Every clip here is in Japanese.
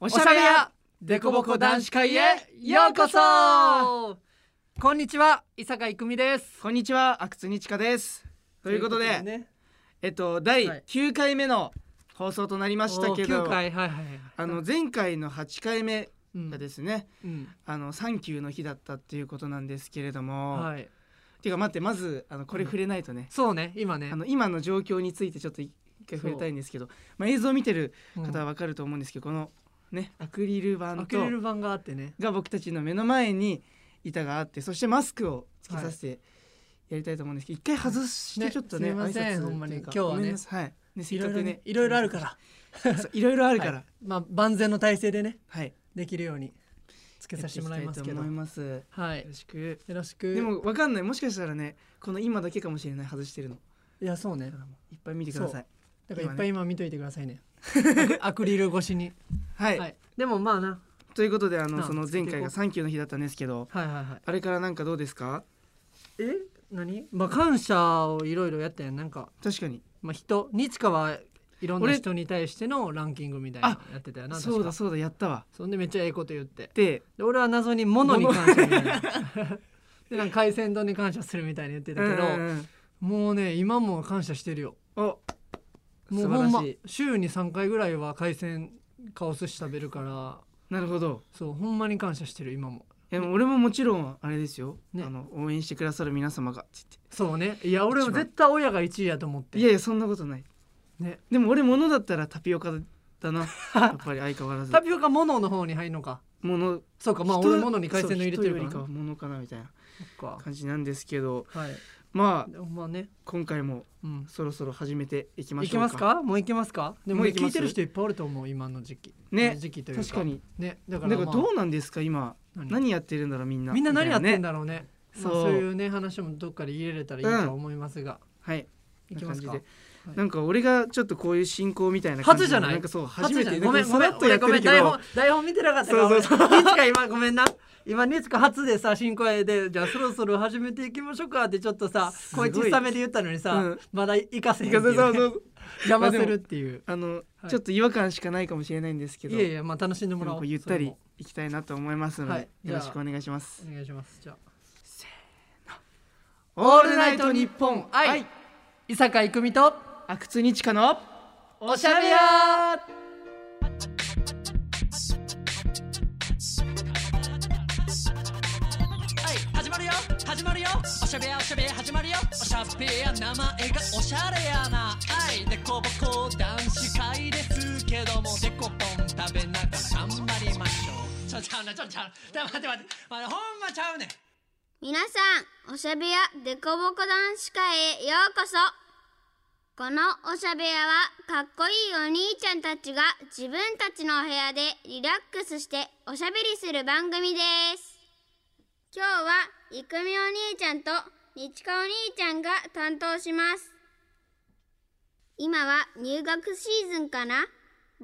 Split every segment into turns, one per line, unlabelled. お
しゃべやデコボコ男子会へようこそこんにちは伊坂郁美です
こんにちは阿久津にちかですということで
ね、
えっと第
はい
9回目の放送となりましたけ
おー
ど、
9回はいはいはい
あの前回の8回目
うん
がですね、
うん
あのサンキューの日だったっていうことなんですけれども、
はい
ていうか待ってまずあのこれ触れないとね、
そうね今ね
あの今の状況についてちょっと一回触れたいんですけど、まあ、映像を見てる方はわかると思うんですけど、このねアクリル
う
板
ん
と
アクリル板があってね
が僕たちの目の前に板があってそしてマスクをつけさせてやりたいと思うんですけど、一回外して
ね
ちょっとね
すいません
挨拶
ほんまに
っていうか
今日はね
ごめんなさいはいねせ
い
っ
ろ
か
いろ
く
ね
ね
いろいろあるから
そういろいろあるから
はいまあ万全の体制でね
はい
できるようにつけ
や
さ
って
せて
いき
もら
た
い
い
ま
と
すけど
思います
はい
よろしく
よろしく
でもわかんないもしかしたらねこの今だけかもしれない外してるの
いやそうね
だからもういっぱい見てください
だからい
今
っ
ね
ぱい今見といてくださいねアクリル越し に
はい、
はいでもまあな
ということであ
な
の
あ
その前回が「サンキューの日」だったんですけど
はいはいはい
あれからなんかどうですか
え何まあ感謝をいろいろやったやんなんか、
確かに
まあ、人にちかはいろんな
俺
人に対してのランキングみたいなのやってたよな確か
そうだそうだやったわ
そんでめっちゃええこと言って
で
で俺は謎に物に感謝みたいな でなんか海鮮丼に感謝するみたいに言ってたけど、
うんうんうん
もうね今も感謝してるよ
お
もう
素
ほん
晴ら
ま
しい
週に3回ぐらいは海鮮かお寿司食べるから
なるほど
そうほんまに感謝してる今も
いや俺ももちろんあれですよ、
ね
あの応援してくださる皆様がって言っ
そうねいや俺も絶対親が1位やと思って
ていやいやそんなことない
ね
でも俺物だったらタピオカだ なやっぱり相変わらず
タピオカ物の方に入るのか
物
そうかまあ
人
俺物に海鮮の入れてるから
そう人よりかは物かなみたいな
か
感じなんですけど
はい
まあ
でもまあね
今回も
うん
そろそろ始めていきま
行
し
き
ょうか
ますかもう行きますかでも
もう行き
聞
ま
い
す
てる人いっぱいおると思う今の時期
ね
時期というか
確かに
ねだ
だ
か
からら
まあ
どうなんですか今
何
何やってるんだろうみんな
みんな何やってん
だ
だろうね
みたいなね
まあ
そう
そういうね話もどっかで入れれたらいいとは思いますが
はい
行きますか
こんな感じで
はい
なんか俺がちょっとこういう進行みたいな感
初じゃない
なんかそう初め
初
て
じゃんごめ
な
ん
んか
ご
さ
めん
らっとやって
ごめ
る
ん
け
台
ど
本台本見てなかったから
そう
俺いつ
そう
か今ごめんな今ニつか初でさ進行でじゃあそろそろ始めていきましょうかってちょっとさ
すご
声
い
小さめで言ったのに
う
さ
ん
まだ行かせへんってい
そうう
ね
そうそう
邪魔するっていう
あの、
はい
ちょっと違和感しかないかもしれないんですけ
い
ど、
やいやまあ楽しん
で
でもら
も
お
こ
う
うゆった
そ
り
れも
いきたいなと思いますので、
はい
よろしくお願いします。
お願いしますじゃあ
オールナイトニッポン
愛
愛、
伊坂郁美と
阿久津にちかの
おしゃべや
はい、始まるよ始まるよおしゃべやおしゃべや始まるよおしゃべや名前がおしゃれやなはいでこぼこ男子会ですけどもでこぼん食べながら頑張りましょうちょちゃうなちょちゃうなちょ待って待って、まあ、ほんまちゃうねん
皆さんおしゃべやでこぼこ男子会へようこそこのおしゃべやはかっこいいお兄ちゃんたちが自分たちのお部屋でリラックスしておしゃべりする番組です今日はいくみお兄ちゃんとにちかお兄ちゃんが担当します今は入学シーズンかな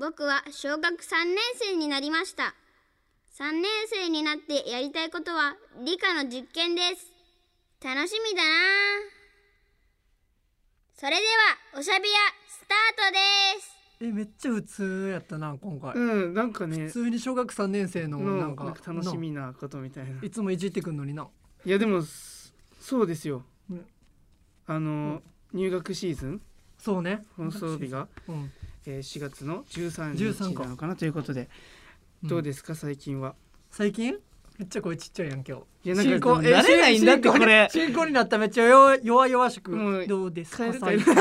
僕は小学3年生になりました3年生になってやりたいことは理科の実験です楽しみだなそれではおしゃべやスタートです
えめっちゃ普通やったな今回、
うん、なんかね
普、通に小学3年生の
の
な
なんん
か
か楽しみなことみたいな。
ないいつもいじってくんのにな
やでもすそうですよ
ね。
あの、入学シーズン
そうね
放送日が、
うん
えー、4月の13
13
日
か
なのかなということで、
うん
どうですか最近は。
最近めっちゃ声ちっちゃいやん今日
いやなんか
進行え
慣れないんだって
進行
これ
進行になったらめっちゃ弱弱々し
も
く
う
どうですか
帰る
最近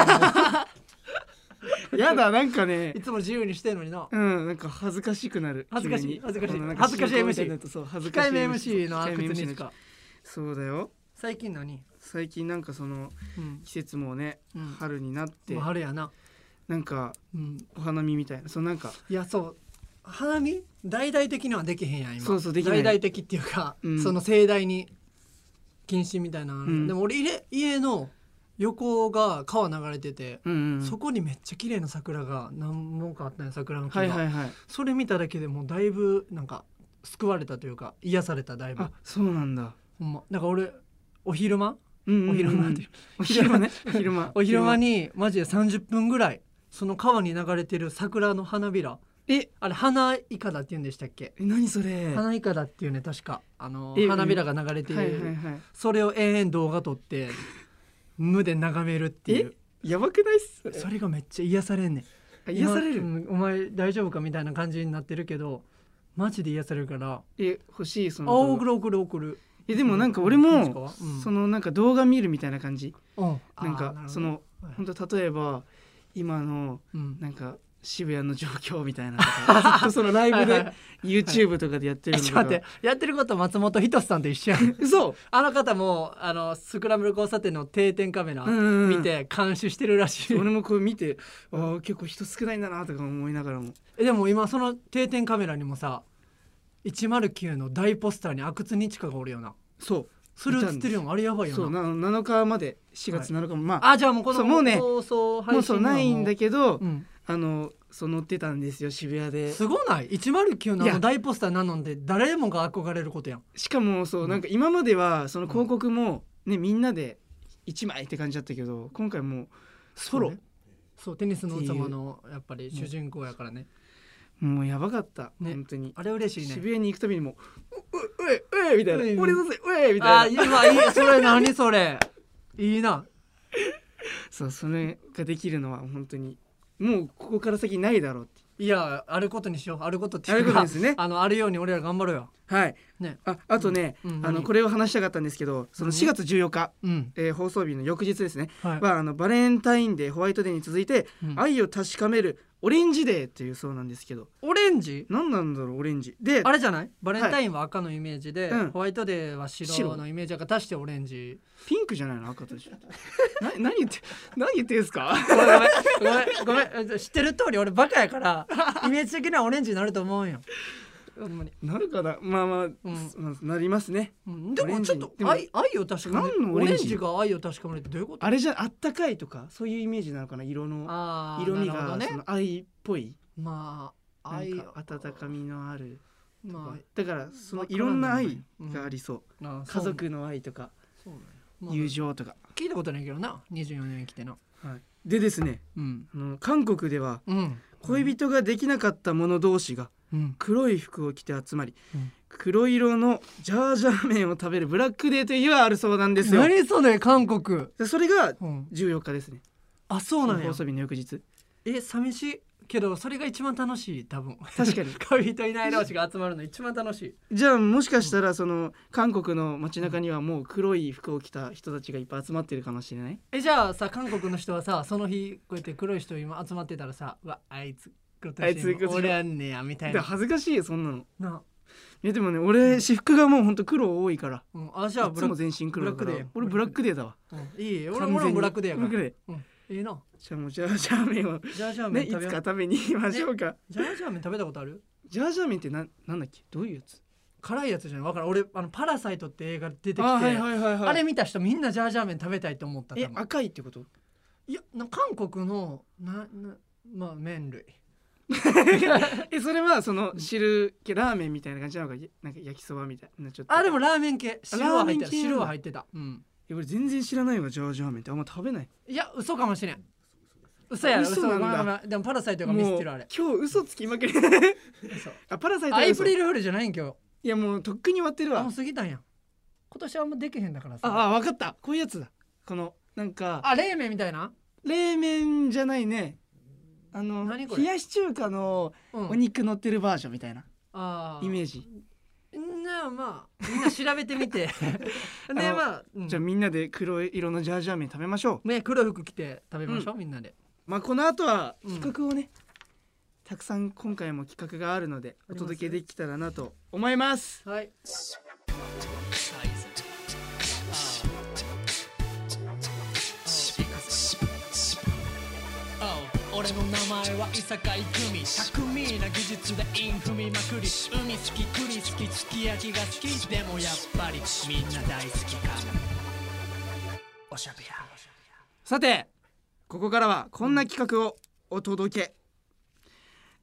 やだなんかね
い。つも自由にしてんのにな
うん、なんか恥ずかしくなる。
恥ずかしい
急に
恥ずかしい
このなん
恥ずかしい
仕事みたになるとそう恥ずかしい
控えめ MC のアク
控えめ MC
ツニ
の
チカ
そうだよ。
最近何、
最近なんかその
うん
季節もね、
うん
春になって
もう春やな、
なんか
うん、
お花見みたいな、そのなんか
いやそう花見大々的にはできへんやん今
そうそうできない
大々的っていうか、
うん
その盛大に禁止みたいなのある、
うん
でも俺家家の横が川流れてて、
うんうんうん
そこにめっちゃ綺麗な桜が何本かあったんや桜の木が、
はいはいはい。
それ見ただけでもうだいぶなんか救われたというか癒されただいぶ
あ、そうなんだ。
ほんまなんか俺お昼間
うんうんうん
お昼間っていう
お昼間ね。お昼 間。
お昼間にマジで30分ぐらいその川に流れてる桜の花びら
え
あれ花いかだって言うんでしたっけ
え何それは
花いかだっていうね確かあの
え
花びらが流れて
い
い
はい
る
は
それを延々動画撮って無で眺めるっていう
いやばくないっすそれ
それがめっちゃ癒されんねん
あ癒される、
今うんお前大丈夫かみたいな感じになってるけどマジで癒されるから
え欲しいそ
あ
の動
送
画
る送る送る
えでもなんか俺
いいです
も
かうん
そのなんか動画見るみたいな感じ
うん
なん
あーる
か
ほど
その
はい
本当例えば今の
うん
なんか渋谷の状況みたいなのと かずっとそのライブ
はいはい
で YouTube とかでやってる
え
の
ちょっ
とか
と待ってやってること松本人志さんと一緒やん
嘘
あの方もあのスクランブル交差点の定点カメラ
うんうんうん
見て監視してるらしい、
俺もこう見てあー結構人少ないんだなとか思いながらも
えでも今その定点カメラにもさ109の大ポスターに阿久津にちかがおるよな
そう
それ映ってるよなあれやばい
そ
よ
う
な
な7日まで4月7日も、まあ
あじゃあもうこの
そうもうね
放送配信
もうそうないんだ
け
けど、
うん、
あのそう乗ってたんですよ渋谷です
ごない109の
い
あの
や
大ポスターなので誰もが憧れることやん
しかもそう、
うん
なんか今まではその広告もね、みんなで1枚って感じだったけど今回もうソロ、
そうねそうテニスの王様のやっぱり
ていう
主人公やからね
もうやばかった、
ね
本当に
あれ嬉しいね
渋谷に行くたびにもう「ううえうえ」みたいな
う
「
え
俺のせいうえ」み
あ
た
い
い
い
な
わいいそれ何それいいな
そうそれができるのは本当にもうここから先ないだろうって
いやあることにしようあることって
あ
い
る
う
こ
か
とですね
あのあるように俺ら頑張ろうよ
はい
ね
ああとね、
うんうん
あの
何
これを話したかったんですけどその4月14日、
うん
えー放送日の翌日ですね、
はい
はあのバレンタインデーホワイトデーに続いて、
うん
愛を確かめるオレンジデーっていうそうなんですけど
オレンジ
何なんだろうオレンジで
あれじゃないバレンタインは赤のイメージで、
はいうん
ホワイトデーは白
白
のイメージが足してオレンジ
ピンクじゃないの赤と白な何言って何言ってんすか
ごめんごめんごめんごめん知ってる通り俺バカや からイメージ的にはオレンジになると思うんよほんまに、
なるかなまあまあ、まあなりますね
うん、で
オレ
も
ン
ち
ジ
ょっと
でも
愛愛を確かめる
何の
オ
オレ
レ
ン
ン
ジ
ジが愛を確かめるってどういうこと
あれじゃあったかいとかそういうイメージなのかな色の
あー
色味
なるほ
が、
どね
その愛っぽい
まあ
なん
愛
か温かみのあるとか、
ま
だからその
わか
い
らん
ろんな
で
愛
もないうん
がありそう、
あああ
家
そう
族の愛とか
そうなんやまあ
友情とか、
聞いたことないけどな24年生きてな
はい、でですね
うん
あの韓国では
うん
恋人ができなかった者同士が
うん
黒い服を着て集まり、
うん
黒色のジャージャー麺を食べるブラックデーという日があるそうなんですよ
何それ韓国、
でそれが
うん、
14日ですね
あそうなんや
放送日の翌日
え寂しいけどそれが一番楽しい多分
確かに
恋人いない同士が集まるの一番楽しい
じゃあもしかしたらその韓国の街中にはもう黒い服を着た人たちがいっぱい集まってるかもしれない
えじゃあさ韓国の人はさその日こうやって黒い人今集まってたらさうわあいつ今
あいつ
年もおらんねやみたい
で
な
恥ずかしいよそんなの
ない
やでもね俺私服がもうほんと黒多いから
うん、あじ
い
ゃあブ
つ
ラッ
も
ク、
全身黒だから
ブラックデー
俺ブラックデーだわ
うん、いい俺
完全
も
に
ブラックでやから
ブラックデ
うん、ええな
ーじゃあもうジャージャー麺を
ジャージャー
ね
麺
い
食べ
つ
よう、
か食べに行きましょうか、
ジャージャー麺食べたことある
ジャージャー麺ってなんなんだっけどういうやつ
辛いやつじゃないわからん俺あのパラサイトって映画出てきてあ,、
あはいはいはいはい
れ見た人みんなジャージャー麺食べたいと思った多
え
分
赤いってこと
いやな韓国のななまあ麺類
えそれはその汁気ラーメンみたいな感じなのかやなんか焼きそばみたいなちょっと
あでもラーメン系
あ
汁は入
ラーメ
って
ン
た
系
汁は入ってた、うん、
え俺全然知らないわジャージャー麺ってあんま食べない
いや嘘かもしれん嘘やろ嘘
嘘なんだ
ごめんごめんでもパラサイトが見せ
もう
てるあ
今
れ
日嘘つきまくり
嘘
あパラサイト
ア
は
イ
嘘
プリルフールじゃないん今日
いやもうとっくに終わってる
あ
わ
もう過ぎたんや今年はあんまできへんだからさ
ああ分かったこういうやつだこのなんか
あ冷麺みたいな、
冷麺じゃないねあの
何これ
冷やし中華の
うん、
お肉乗ってるバージョンみたいな
あー
イメージ
なあまあみんな調べてみて
の
でまあ、うん
じゃあみんなで黒色のジャージャー麺食べましょう
ね黒い服着て食べましょう、みんなで
まあこの後は
うん
企画をね、たくさん今回も企画があるので
あります
お
ね
届けできたらなと思います
はい
俺の名前は伊坂郁美巧みな技術でイン踏みまくり海好き栗好きすき焼きが好きでもやっぱりみんな大好きかおしゃべり
さてここからはこんな企画をお届け、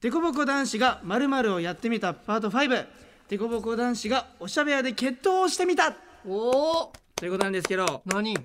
デコボコ男子がまるをやってみたパート5デコボコ男子がおしゃべりで決闘をしてみた
おお
ということなんですけど
何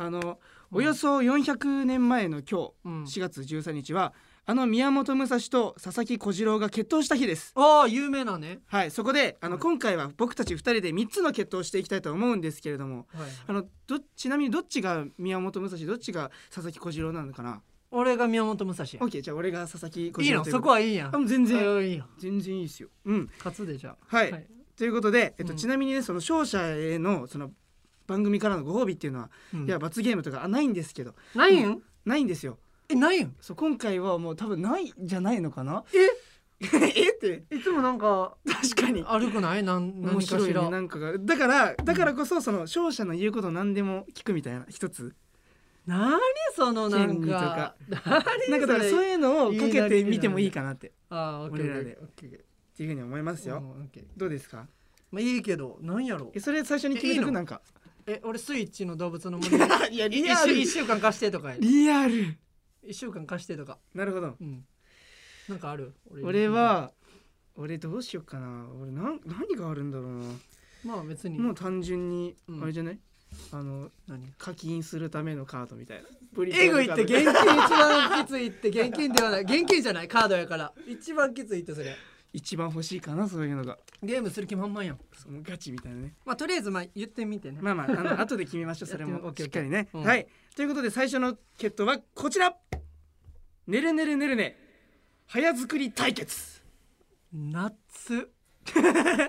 あのおよそ400年前の今
うん
日4月13日はあの宮本武蔵と佐々木小次郎が決闘した日です
ああ有名なね
はいそこであの、
はい
今回は僕たち2人で3つの決闘をしていきたいと思うんですけれども
はい
あのどちなみにどっちが宮本武蔵どっちが佐々木小次郎なのかな
俺が宮本武蔵や
OK じゃあ俺が佐々木小
いい
次郎
の
という
そこ
は
はいいやん
あもう全然
あいいよ
全然いいですようん
勝つでじゃ
はい、
あはい
ということで、えっと
うん
ちなみにねその勝者へのその番組からのご褒美っていうのは、
うん
いや罰ゲームとかあないんですけど
ないん
ないんですよ
えないん
そう今回はもう多分ないんじゃないのかな
え
えって
いつもなんか
確かに
歩くないなん何
面
か
白
し
い
ら
ねなんかがだからだからこそその勝者の言うこと何でも聞くみたいな一つ
何そのなんか
なんかだから
それ
そういうのをかけてみてもいいかなってっ
ああ
俺らでていうふうに思いますよどうですか
まあいいけどなんやろ
えそれ最初に決め
えいい
と
の
くなんか
え俺スイッチの動物の 森
いや
一週一週間貸してとかや
リアル
一週間貸してとか
なるほど
うんなんかある俺
俺は俺どうしよっかな俺なん何があるんだろうな
まあ別に
もう単純に
うん
あれじゃない、あの
何
課金するためのカードみたいなブリトー
え
の
ぐい
カ
っ
ー
て
ド
現金一番きついって現金ではない現金じゃないカードやから一番きついってそれ
一番欲しいかなそういうのが
ゲームする気満々やん
そのガチみたいなね
まあとりあえずまあ言ってみてね
まあまああの後で決めましょうそれ
やってみ
も
オッケ
し
ー
っかりね、
オッケーうん
はいということで最初の決闘はこちらねるねるねるね早作り対決
夏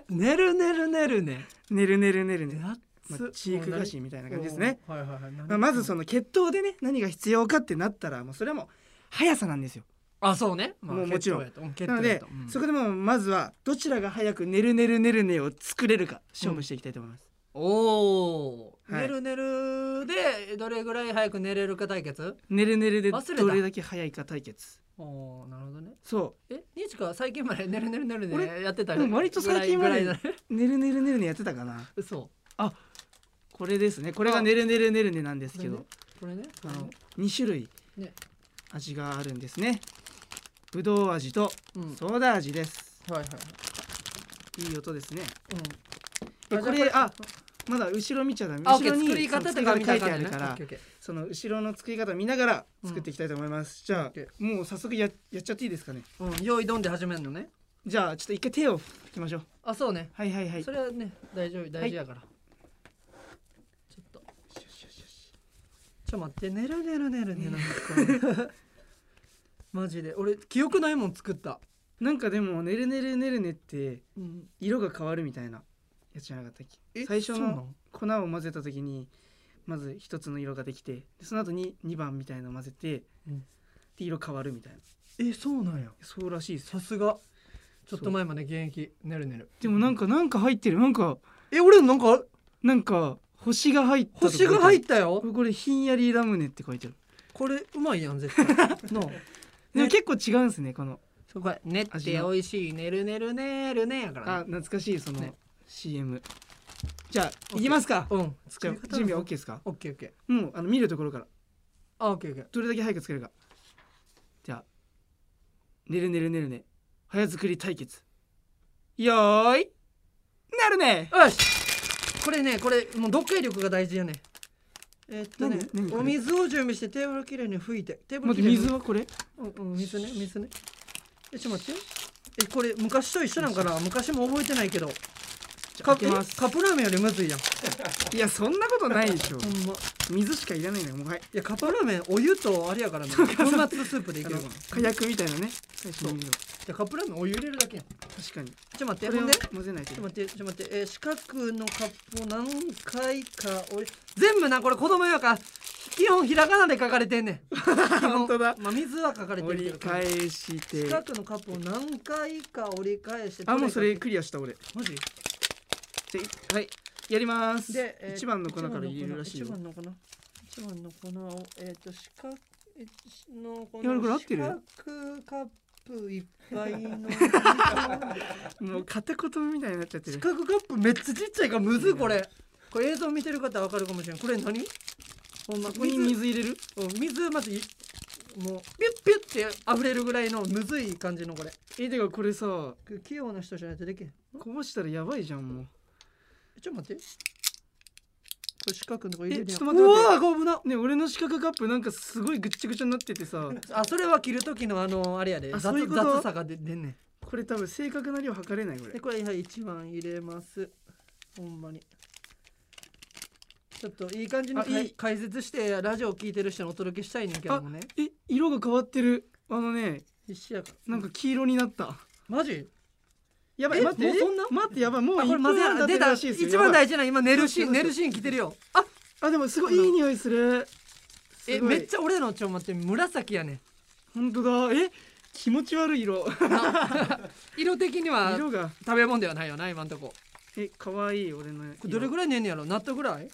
ねるねるねるね
ねるねるねるね、
夏、
まあ、チーク菓子みたいな感じですね、
おーはいはいはい
まあ、まずその決闘でね何が必要かってなったらもうそれはもう速さなんですよ
あそうね、まあ、
もうもちろん
決闘やと決闘
なの
や
で
と、うん
そこでもうまずはどちらが早く「ねるねるねるね」を作れるか勝負していきたいと思います、
おー、
はい
寝る寝るでどれぐらい早く寝れるか対決
ねるねるで
忘れた
どれだけ早いか対決
おーなるほどね
そ
えにちか最近まで寝る寝る寝るで
俺
やってた
ううん割と最近まで
ぐらいぐらいだね
「ねるねるねるね」やってたかな
嘘
これですねこれが「ねるねるねるね」なんですけど
これね
あの2種類
ね
味があるんですねぶどう味と
うん
ソーダ味です、
はいはいはい
いい音ですね
う
え
ん
これあまだ後ろ見ちゃダメ
あ、オ
後
ッケ
ろ
ー、
に
作り方
そ
と
の
か
作
見
り方
たい
書いてある
ね
か
オッ
ら
ケーオッケー
その後ろの作り方見ながら
うん
作っていきたいと思います、じ
オッ
ゃ
ケ
あもう早速ややっちゃっていいですかね
うん、用意どんで始めるのね
じゃあちょっと一回手を拭きましょう
あ、そうね
はいはいはい
それはね大丈夫大事やから、ちょっとちょ待って寝る寝る寝る寝る マジで俺記憶ないもん作った、
なんかでも「ねるねるねるね」って
うん、
色が変わるみたいなやつじゃなかったっけ最初の粉を混ぜた時にまず一つの色ができてでその後に2番みたいのを混ぜて、
うん
で色変わるみたいな
えそうなんや
そうらしいですよ
さすがちょっと前まで現役寝る寝る
でもなんかなんか入ってるなんか
え俺なんか
なんか星が入ったとか書いて
星
ある
が入ったよ
これこれひんやりラムネって書いてある
これうまいやん絶対
で
の
も
ね
結構違うんですねこの
すごい寝って
味
美
の
味しい寝る寝る寝るねやか
あ
ら、ね、
懐かしいその
ね
CM じゃあ
OK
いきますか
うん
じゃあ準備は OK ですか
オッケーオッケー
もうあの見るところから
あオッケーオッケー
どれだけ早く作れるかじゃあねるねるねるね早作り対決よーいなるね
よしこれねこれもう読解力が大事よねえっとね
何何これ
お水を準備してテーブルきれいに拭いてテーブル
待っ
きれ
て
いに
水はこれ
うんうん水ね水ねえちょっと待ってよえこれ昔と一緒なんかな昔も覚えてないけど
じゃ
カ
あ
ッ
開けます
プカップラーメンよりむずいやんほ
いやそんなことないでしょ
んまい
水しかいらないのよもうはい
やカップラーメンお湯とあれやからね粉末スープでい
あ
ける
の
かな
火薬みたいなね最初に水を
じゃカップラーメンお湯入れるだけやんち
確かに
ょっと待って
これ
ほ
を
んでち
混ぜないと
ょっと待ってちょっと待ってえー四角のカップを何回かおい全部なこれ子供用やから基本ひらがなで書かれてんねん
本当だ
まあ、水は書かれて
折り
るけど
返して
四角のカップを何回か折り返して
あもうそ
ど
れ
か
クリアした俺
マジ
じゃあはいやります
で、えー
一番の粉から入れるらしいよ
一番の粉一番の粉をえっ、と四角えのこ
いや
の
これ合ってる
四角カップいっぱい の
もう片言みたいになっちゃって
四
る
角カップめっちゃちっちゃいからむずいこれこれ映像見てる方わかるかもしれんこれ何ほんま
ここに水入れる
うん水まずいもうピュッピュッって溢れるぐらいのむずい感じのこれ
えてかこれさ
器用な人じゃないとできへん
こぼしたらやばいじゃんもう
ちょっと待って。れ四角のとこ入れ
え
て
ちょ
よ
っと待って待って
うわー危な
ね俺の四角カップなんかすごいぐっちゃぐちゃになってて さ
あそれは着る時のあのあれやで
あ
雑
そういうこと
雑さが出出んねん
これ多分正確な量測れないこ
で
れ
これはい一番入れますほんまにちょっといい感じに
あ
かい
いい
解説してラジオを聞いてる人にお届けしたいねんけどもね
え色が変わってるあのね
必死やか
なんか黄色になった
マジ
やばい
え
待って
もうそんな
え待ってやばいもう
あこ
1
れ
分
混ぜ
半経
合
って
出
る
た
らしいですよ
一番
やばい
大事な今寝るシーン
そうそうそう
寝るシーン着てるよあ
あでもすごいいい匂いする
え
すごい
めっちゃ俺のちょ待って紫やね
本当だえ気持ち悪い色
色的には
色が
食べ物ではないよな今んとこ
え可愛い俺の色
これどれぐらい寝んねやろ納豆ぐらい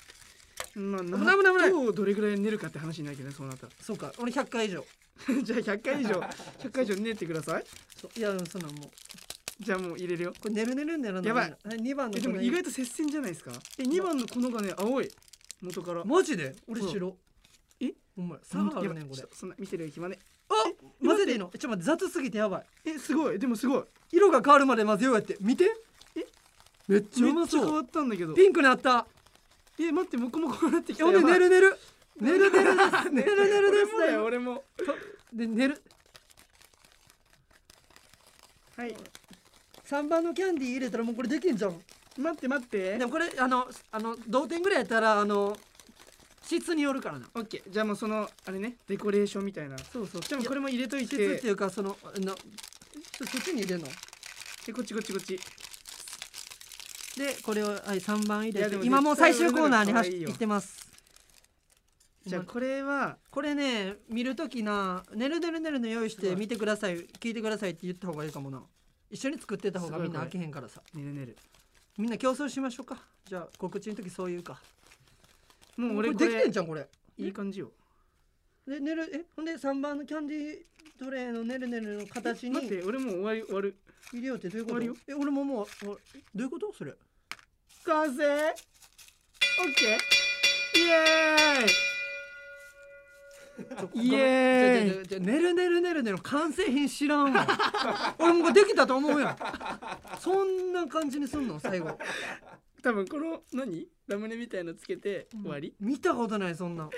まあ納
危ない危ない危ない
豆をどれぐらい寝るかって話になるけどねそうなったら
そうか俺100回以上
じゃあ100回 以上100回以上寝ってください
そういやそんなんもう
じゃあもう入れるよ
これ寝る寝る寝る
やばい
2番の
えでも
これ
意外と接戦じゃないですかえ2番のこのがね青い元から
マジで俺
そう
白
え
お前
ほ
差
ん
が
と
あ
や
る
ばい
ねんこ
ち
れ
ょっとそんな見てる暇ね
あ混ぜていいのちょっと待って雑すぎてやばい
えすごいでもすごい
色が変わるまで混ぜようやって見て
え
めっちゃう
め
ま
っちゃ変
そ
わ
う
ったんだけど
ピンクになった
え待ってモコモコになってき
え
た
ほんで
やばい
寝る寝る寝る寝るです寝る寝るで
俺
す
もだよ俺も
で寝る
はい
3番のキャンディー入れたらもうこれできんじゃん
待って待って
でもこれあのあの同点ぐらいやったらあの質によるからな
オッケーじゃあもうそのあれねデコレーションみたいな
そうそう
じゃあもうこれも入れとい
質ってい
て
うかそのあのそそっちに入れるの
でこっちこっちこっち
でこれを、はい、3番入
い
れ
や
て
でも
今もう最終コーナー
絶対俺の方が
に
可愛
走
いよ
ってます
じゃあこれは
これね見るときな「ねるねるねる」の用意し
すご
て
い
見てください聞いてくださいって言った方がいいかもな一緒に作ってた方が
すごい
みんな
こ
飽
れ
きへんからさ
ねるねる
みんな競争しましょうかじゃあ告知の時そういうか
もう
俺
俺
こ
こ
れ
れ
できてんじゃんこれ
いい感じよ
でねるえほんで3番のキャンディートレイのねるねるの形に
待って俺もう終わり終わる
入れようってどういうこ
終わ
とえ俺ももうおどういうことそれ
完成オッケーイエーイイエーイ
ーイじゃねるねるねるねの完成品知らんわ俺もうこれできたと思うやんそんな感じにすんの最後
多分この何ラムネみたいのつけて終わり、
見たことないそんなん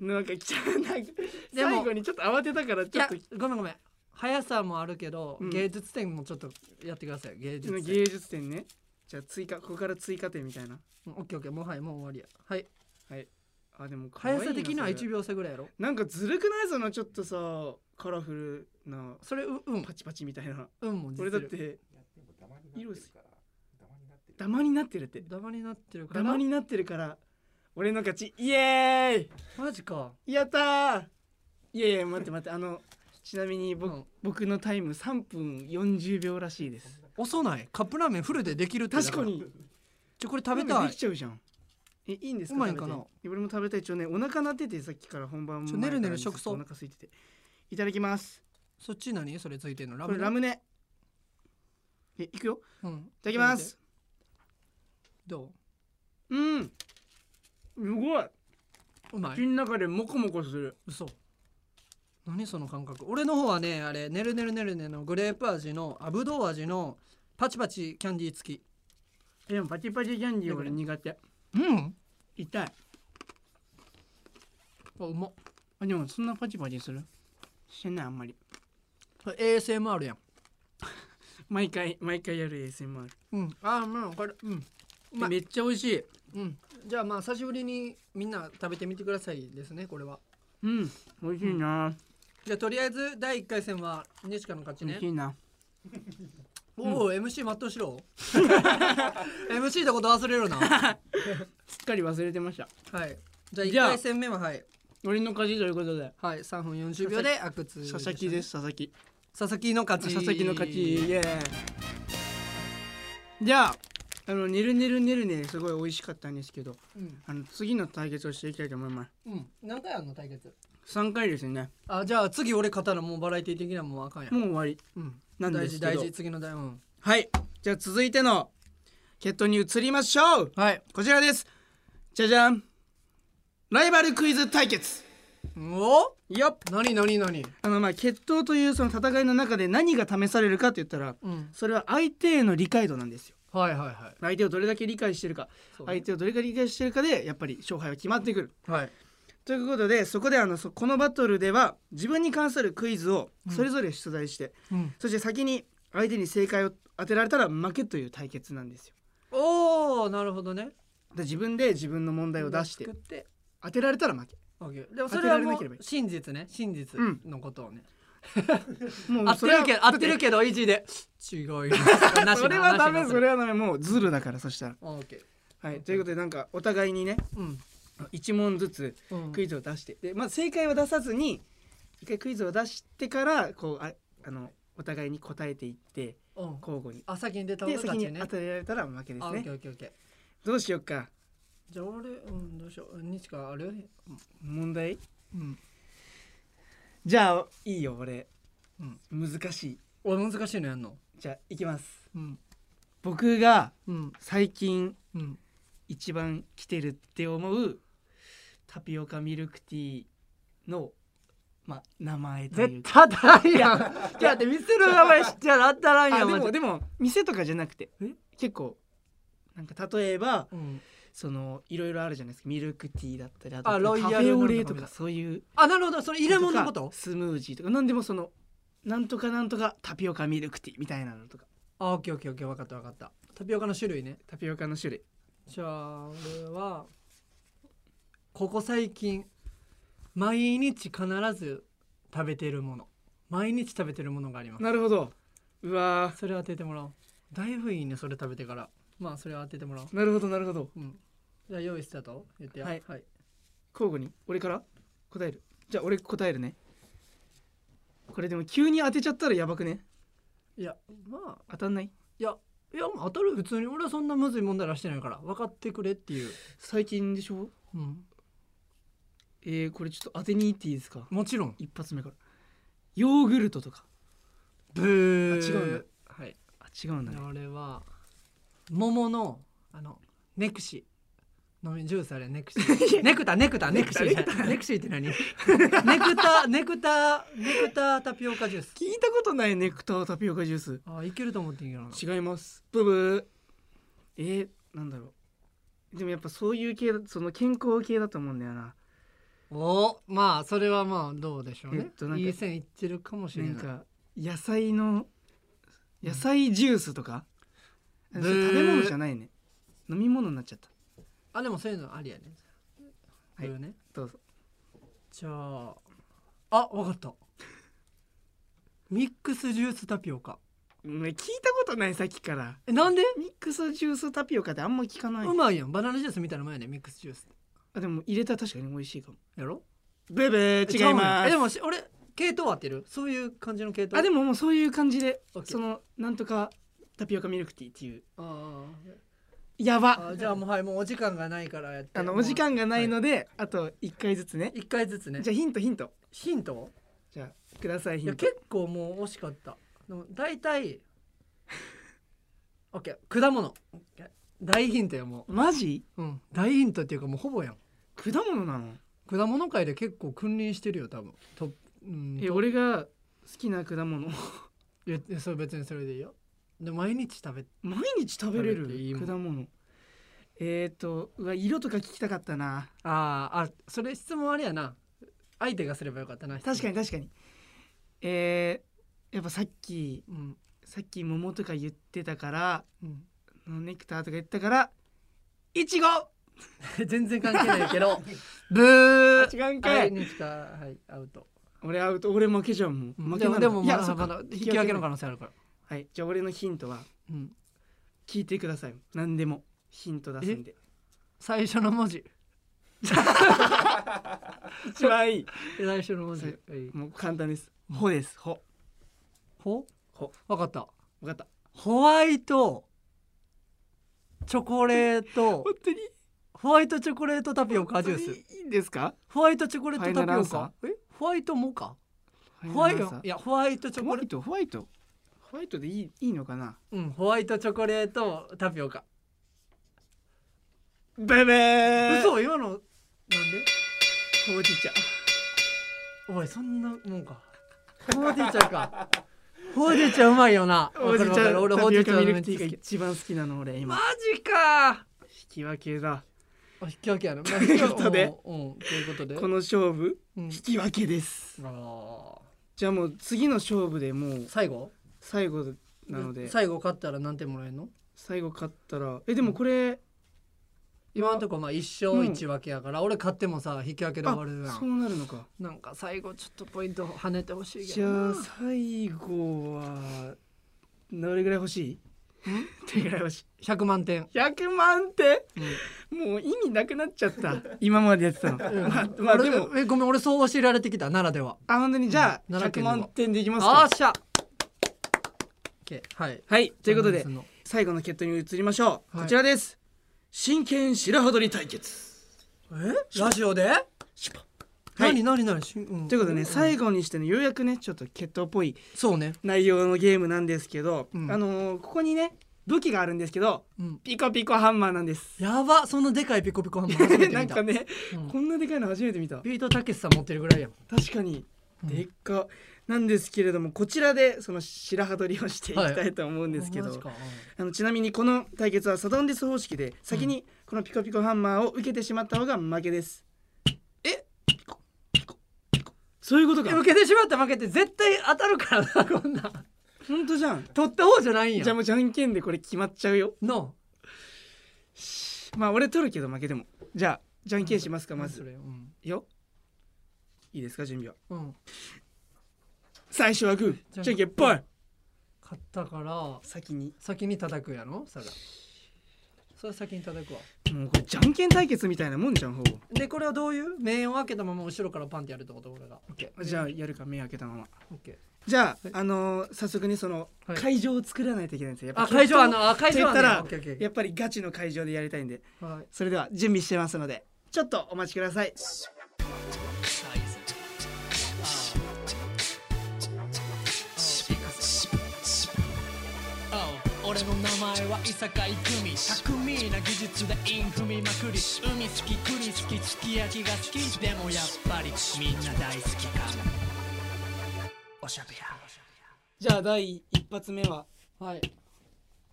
なんかちゃなんか
でも
最後にちょっと慌てたから
い
ちょっ
や
と
ごめんごめん速さもあるけど、
うん
芸術点もちょっとやってください芸術点
芸術点ねじゃあ追加ここから追加点みたいな
うんオッケーオッケーもうはいもう終わりやはい
はいあでも可愛い
速
な
さ的には
それ
1秒差ぐらいやろ
なんかずるくないそのちょっとさカラフルな
それううん
パチパチみたいな
うんもう
俺だって
いやでもダマになってるからダマになってる
ダマになってるって
ダマになってるから
ダマになってるから俺の勝ちイエー
マジか
イやったーいやいや待って待ってあのちなみに僕,、
うん
僕のタイム3分40秒らしいです
遅ないカップラーメンフルでできるって
確かに
ちょこれ食べた
で
い
きちゃうじゃんえいいんですか
うまいんかな
食べていや俺も食べたいちょねお腹鳴っててさっきから本番
ちょ
前から
ねるねる
ずっと
食草
お腹空いてていただきます
そっち何それついてんのラ
こ
ム
れラムネえいくよ
うんい
いただきます
ど
うんすごいう
うま
口
い
の中でモコモコする
嘘何その感覚俺の方はねあれねるねるねるねのグレープ味のアブドウ味のパチパチキャンディー付き
でもパチパチキャンディー俺苦手
うん
痛い
あうまっ
あでもそんなパチパチするしてないあんまり
これ ASMR やん
毎回毎回やる ASMR
うんあーまあこれうんうまい
めっちゃ美味しい
うんじゃあまあ久しぶりにみんな食べてみてくださいですねこれは
うん美味しいな
じゃあとりあえず第1回戦は西カの勝ち
美
ね
味しいな
おお、MC 全うしろ MC ってこと忘れるなは
すっかり忘れてました
いじゃあ
じゃあ
1回戦目ははい
俺の勝ちということで
はい3分40秒で阿久津
佐々木です佐々木
佐々木の勝ち
佐々木の勝ちイエーイじゃああの「ねるねるねるね」すごい美味しかったんですけど
うん、
あの次の対決をしていきたいと思いま
うん、何回あんの対決
す3回ですね
あじゃあ次俺勝ったらもうバラエティ的なもうあかんやん
もう終わり
うん、
なんですけど
大事大事次の大うん
はいじゃあ続いての決闘に移りましょう
はい
こちらですじゃじゃんライバルクイズ対決
お
よっ
何何何
あのまあ決闘というその戦いの中で何が試されるかって言ったら
うん
それは相手への理解度なんですよ
はいはいは
相手をどれだけ理解してるか
そうね
相手をどれだけ理解してるかでやっぱり勝敗は決まってくる。
いはい
ということでそこであのそこのバトルでは自分に関するクイズをそれぞれ出題して、
うん
そして先に相手に正解を当てられたら負けという対決なんですよ。
おおなるほどね
で自分で自分の問題を出して
作って
当てられたら負け。
オッケーでもそれはも
当てられなければいうい
真実ね真実
うん
のことをね、
もう
合って
それ
る
は
けど合ってるけど意地で違いますなし
それはダメそ
れ
れはダメもうズルだからそしたら。
オッケー
はいということでなんかお互いにね
うん
1問ずつ
うん
クイズを出してで、まあ、正解は出さずに一回クイズを出してからこうああのお互いに答えていって
うん
交互に。
あ先に出た方
で
が勝
先
ち
に
ね
当てられたら負けです
あオッケ
ね
ー。オッケーオッケー
どうしようか
じゃあ俺うんどうしよう西川ある
問題
うん
じゃあいいよ俺、
うん
難しい。
俺難しいのやんの
じゃあいきます。
うん
僕が
うん
最近
うん
一番来てるって思うタピオカミルクティーの、まあ、名前とい
絶
うか
対当たらんやんじゃあ見せる名前知っちゃら当たらんや
あ
ん
で
マジ
もでも店とかじゃなくて結構なんか例えば
うん
そのいろいろあるじゃないですかミルクティーだったりあと
あ
カフ
ロイヤル
ェオレ
な
と
んとかみたいな
かそういう
あなるほどそれ入れ物のこと
とかスムージーとか何でもそのなんとかなんとかタピオカミルクティーみたいなのとか
あオッケーオッケーオッケー分かった分かったタピオカの種類ね
タピオカの種類
じゃあ俺はここ最近毎日必ず食べてるもの毎日食べてるものがあります
なるほどうわ
それ当ててもらおうだいぶいいねそれ食べてからまあそれ当ててもらおう
ーなるほどなるほど
うんじゃあ用意したと言ってや
はい
はい、
交互に俺から答えるじゃあ俺答えるねこれでも急に当てちゃったらやばくね
いやまあ
当たんない
いやいやまあ当たる普通に俺はそんなむずい問題出してないから分かってくれっていう、
最近でしょ
うん、
えー、これちょっと当てに行っていいですか
もちろん
一発目からヨーグルトとか
ブー
あ違うんだ
はい
あ違うんだね
俺は桃のあのネクシ飲みジュースあれネクシ ネクタネクタネクシネクシって何 ネクタネクタネクタタピオカジュース
聞いたことないネクタータピオカジュース
あいけると思ってんけどな
違いますブブーえー、なんだろうでもやっぱそういう系だその健康系だと思うんだよな
おまあそれはまあどうでしょう
え
ね
っ、となんか
いい線いってるかもしれ
な
ない
んか野菜の野菜ジュースとか、
う
あ
ん
それ食べ物じゃないね飲み物になっちゃった
あでもそういうのありやね
はい
ブーね
どうぞ
じゃああわかった ミックスジュースタピオカ
お前聞いたことないさっきから
えなんで
ミックスジュースタピオカってあんま聞かないう
まいやんバナナジュースみたいなもんやねミックスジュース
あでも入れたら確かに美味しいかも
やろ
ブブー違い
ちゃう
ま
んやえ
す
でもし俺系統合ってるそういう感じの系統
あでももうそういう感じで
オッケー
そのなんとかタピオカミルクティーっていう
あ
や
あ
ば
あじゃあもうはいもうお時間がないからやって
あのお時間がない
も
ので、あと1回ずつね
う一回ずつね
じゃあヒントヒント
ヒント
じゃあください
い
ヒ
や
ント
結構もう惜しかったでも大体 OK 果物大ヒントやも
マジ
う、うん、大ヒントっていうかもうほぼやん
果物なの
果物界で結構君臨してるよ多分とうん
え俺が好きな果物
いやそれ別にそれでいいよで毎日食べ
毎日食べれ
食べていい
る
もん
果物えっ、ー、とうわ色とか聞きたかったな
あーあそれ質問あれやな相手がすればよかったな
確か
に
に確かにえー、やっぱさっき
うん
さっき桃とか言ってたから
うん
ネクターとか言ったからいちご
全然関係ないけ どブー
違うん
は
か
い
い
にしかはいアウト
俺アウト俺負けじゃんもう負けな
でも
の
でも
い
ま
や
だ
そっか
まだ引き分けの可能性あるから
はいじゃあ俺のヒントは
うん
聞いてください何でもヒント出すんで
最初の文字
一番いい
最初の文字
そもう簡単ですほですほ
ほ
ほ
わかった
分かった
ホワイトチョコレート
本当に
ホワイトチョコレートタピオカジュー
本当
ス
にいいんですか
ホワイトチョコレート
フ
タ
ァイナ
ピ
ルア
オ
ンサ
カえホワイトモカホ
ホ
ワ
ワ
イ
イ
ト
ト
いやホワイトチョ
ホ
コ
ワ
レ
イトホワイトホワイトでいいいいのかな
うんホワイトチョコレートタピオカ
ベベー
嘘今のなんで
ほうじ茶
おいそんなもんかほうじ茶かほうじ茶うまいよな
ほうじ
わかるわ
茶
かる俺ほ
タ
う
ピ
じ
オ
茶
カミ
め
ル
っ
クテ
ち
ィー
ゃ
が
好き
一番好きなの俺今
マジか
引き分けだ
お引き分け やな、まあ、
ということで
うんうんということで
この勝負
うん
引き分けです
あ
じゃあもう次の勝負でもう
ー最後
最後なので
最後勝ったら何点もらえるの
最後勝ったらえでもこれ
今のとこまあ一
う
勝
ん
一分けやから、俺勝ってもさ引き分けで
あ
終わるや
そ
ん
うなるのか
なんか最後ちょっとポイント跳ねてほしいけ
じ
ど
ゃ
な
あ最後はどれぐらい欲しい どれぐらい欲し
100万点
い100万って
う
もう意味なくなっちゃった今までやってたの
ん
まあまあ
俺
でも
えごめん俺そう教えられてきたならでは
あ本当にじゃあ
うん奈
100
良県の
万点でいきます
あ
か
ーっしゃ OK はい
はいということ
ジ
で
ャニーズの
最後の決闘に移りましょう、
はい
こちらです真剣白羽取り対決
えラジオで
シュポは
何
い
何何しんん
ということでね、
ん
最後にしてねようやくねちょっと決闘っぽい
そうね
内容のゲームなんですけど、
うん
あのーここにね武器があるんですけど
うん
ピコピコハンマーなんです
やばそんなでかいピコピコハンマー初めて見た
なんかね、
うん
こんなでかいの初めて見た
ビートたけしさん持ってるぐらいやん
確かに
うん
でっか、なんですけれどもこちらでその白羽取りをしていきたいと思うんですけど、
マジか
あのちなみにこの対決はサドンデス方式で先にこのピコピコハンマーを受けてしまった方が負けです、えピコピコピコそういうこと
え
か
負けてしまった負けて絶対当たるからなこんなん
本当じゃん
取った方じゃないんや
じゃあもうじゃんけんでこれ決まっちゃうよ
の
まあ俺取るけど負けてもじゃあじゃんけんしますかま
そ
ず
れうん、
よいいですか準備は
うん、
最初はグ
じ
ー
ゃん
じゃんけんぽい
買ったから
先に
先に叩くやろそらそれ先に叩くわ
もうこれじゃんけん対決みたいなもんじゃんほぼ
でこれはどういう面を開けたまま後ろからパンってやるってこと俺がオッケー
じゃあやるか目開けたまま
オッケー
じゃあ、あのー早速ねその
はい
会場を作らないといけないんですよ、や
あ
っぱ決闘
会場あのあ会場
って言ったら
あのオッケーオッケ
やっぱりガチの会場でやりたいんで
ーはい
それでは準備してますのでちょっとお待ちください
俺の名前は伊坂郁美巧みな技術でイン踏みまくり海好き栗好きすき焼きが好きでもやっぱりみんな大好きかもおしゃべり
じゃあ第一発目は
はい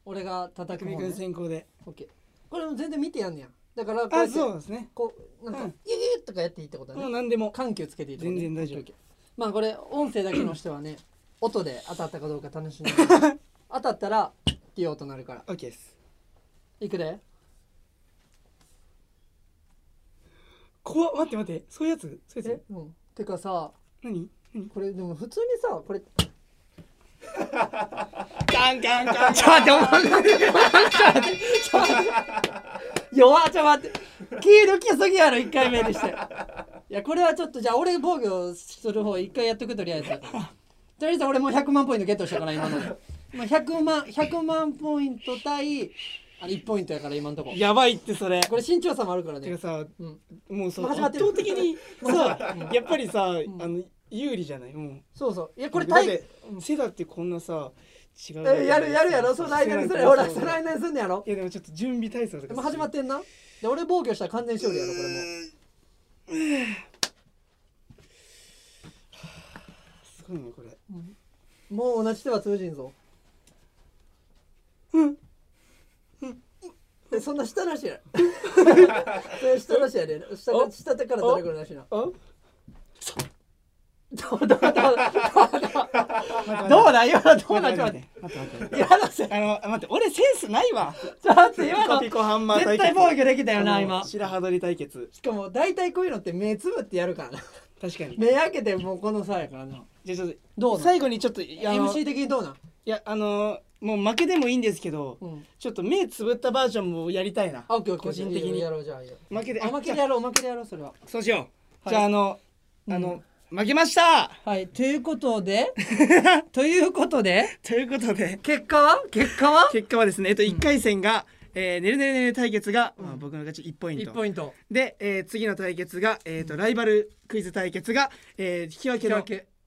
俺が叩く
匠
方、
君
ね、
先行で、
オッケーこれも全然見てやんねやだからこうや
あ
って
そうですね
こうなんか、
うん
ギュギュッとかやっていいってことだね
もう何でも
緩急つけていいってことね
全然大丈夫
オッケーオッケーまあこれ音声だけの人 はね音で当たったかどうか楽しん で当たったらっていう音なるから
OK です
いくで
怖っ待って待ってそういうやつそういうや
え
つ
うんてかさ
何何
これでも普通にさこれ
カンカンカン
ちょっと待って、 弱っ、ちょっと待って。気抜きすぎやろ、1回目にして。いや、これはちょっと、じゃあ俺防御する方、1回やっとく、とりあえず。とりあえず俺もう100万ポイントゲットしたから、今ので。まあ、100万、100万ポイント対、あれ1ポイントやから、今のとこ。
やばいってそれ
これ身長差もあるから
て
ね
か。さ
うん、
もうさ
もう
圧
始まってる
倒的にさ
うん
やっぱりさ、
ん
あの有利じゃないもう
そうそう。いや、これ
だっ
対、
て
うん
背だってこんなさ違う
えやるやるやろ、その間にするやろ。ほら、その
い
間にすんねやろ。
やでもちょっと準備体操とか
でも始まっててんな。で、俺防御したら完全勝利やろ、これもう。
すごいねこれ
もう同じ手は通じんぞ。うん。そんな下なしや。それ下なしやで、下が下手からどれくらいなしな。
あ
どうだどうだどうだ今のどうだちょっと待
待って
っ
待って
て。やらせ。ちょっ
あの待って俺センスないわ
と待って今の
ピコピコハンマー
絶
対決
対防御できたよな
あの
今。し
白羽取り対決
かも大体こういうのって目つぶってやるからな。
確かに
目開けてもうこの差やからな。
じゃあちょっと
どうなん
最後にちょっといやあの
MC 的にどうなん。
いやあのもう負けでもいいんですけど、
うん。
ちょっと目つぶったバージョンもやりたいな
あオッケーオッケー。
個人的に
やろうじゃあいいよ。
負けで
あ負けで
じゃ
やろう負けでやろうそれは。
あそうしよう、
はい
じゃああのあの、負けました
はい、ということ でということで
ということで
結果は結果は
結果はですね、えっと、1回戦が、えーねるねるねる対決が、まあ、僕の勝ち1ポイン
1
ト。
ポイント
で、えー次の対決が、えーとライバルクイズ対決が、えー引き分けの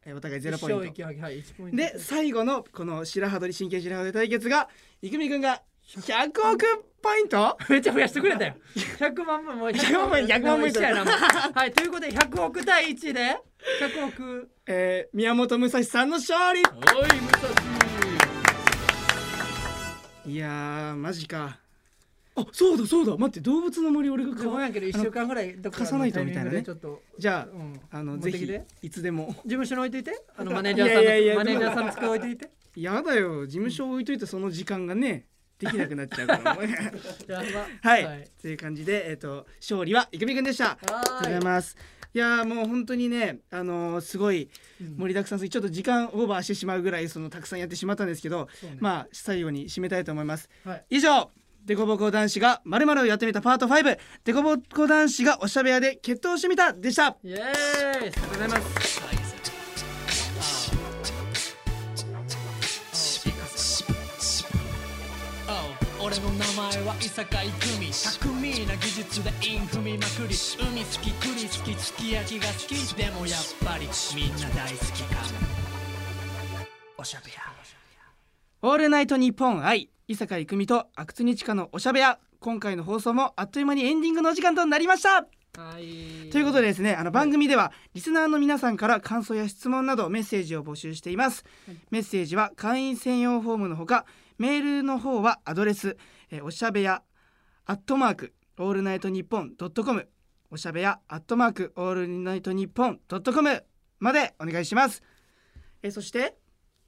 えーお互い0ポイント。
トはい1ポイント
で最後のこの白羽取り神経白羽取り対決がいくみくんが100億ポイント
めっちゃ増やしてくれたよ100万分もう
100万分100万分
一緒やなもうはいということで100億対1で100億
えー、宮本武蔵さんの勝利
おい武蔵
いやーマジかあそうだそうだ待って動物の森俺が
ごめん
買
やけど
あ
一
の
週間ぐらいどっか
貸さないとみたいなね
ちょっと
じゃあ、
うん
あの
持っ
ぜ
てき
ひ
て
いつでも
事務所に置いといてあのマネージャーさん
いやいやいや
のマネージャーさんの机置いといて
やだよ事務所置いといてその時間がねできなくなっちゃうからもう
じゃあ
はい、という感じでえっ、と勝利はイクミくんでしたありがとうございますいやーもう本当にねあのーすごい盛りだくさんすぎちょっと時間オーバーしてしまうぐらいそのたくさんやってしまったんですけど、まあ最後に締めたいと思います、
はい
以上デコボコ男子がまるをやってみたパート5デコボコ男子がおしゃべやで決闘してみたでした
イエーイありがとうございます
俺の名前は伊坂郁美巧みな技術でイン踏みまくり海好き栗好きすき焼きが好きでもやっぱりみんな大好きかおしゃべり
オールナイトニッポン愛伊坂郁美と阿久津にちかのおしゃべや今回の放送もあっという間にエンディングのお時間となりました
はい
ということでですねあの番組ではリスナーの皆さんから感想や質問などメッセージを募集しています、メッセージは会員専用フォームのほかメールの方はアドレス、えーおしゃべやアットマークオールナイトニッポンドットコムおしゃべやアットマークオールナイトニッポンドットコムまでお願いします、えーそして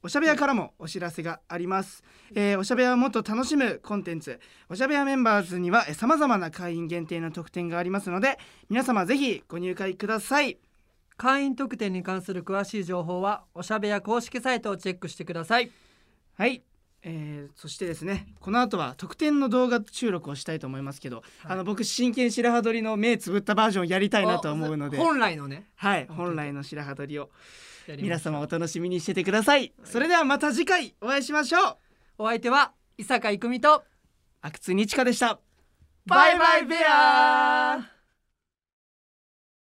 おしゃべやからもお知らせがあります、えーおしゃべやをもっと楽しむコンテンツおしゃべやメンバーズにはさまざまな会員限定の特典がありますので皆様ぜひご入会ください
会員特典に関する詳しい情報はおしゃべや公式サイトをチェックしてください
はい、えーそしてですねこの後は特典の動画収録をしたいと思いますけど、あの僕真剣白羽鳥の目つぶったバージョンやりたいなと思うので
本来のね
はい本来の白羽鳥を
やりま
皆
す
様お楽しみにしててくださいそれではまた次回お会いしましょう
お相手は伊坂郁美と
阿久津にちかでした
バイバイベアー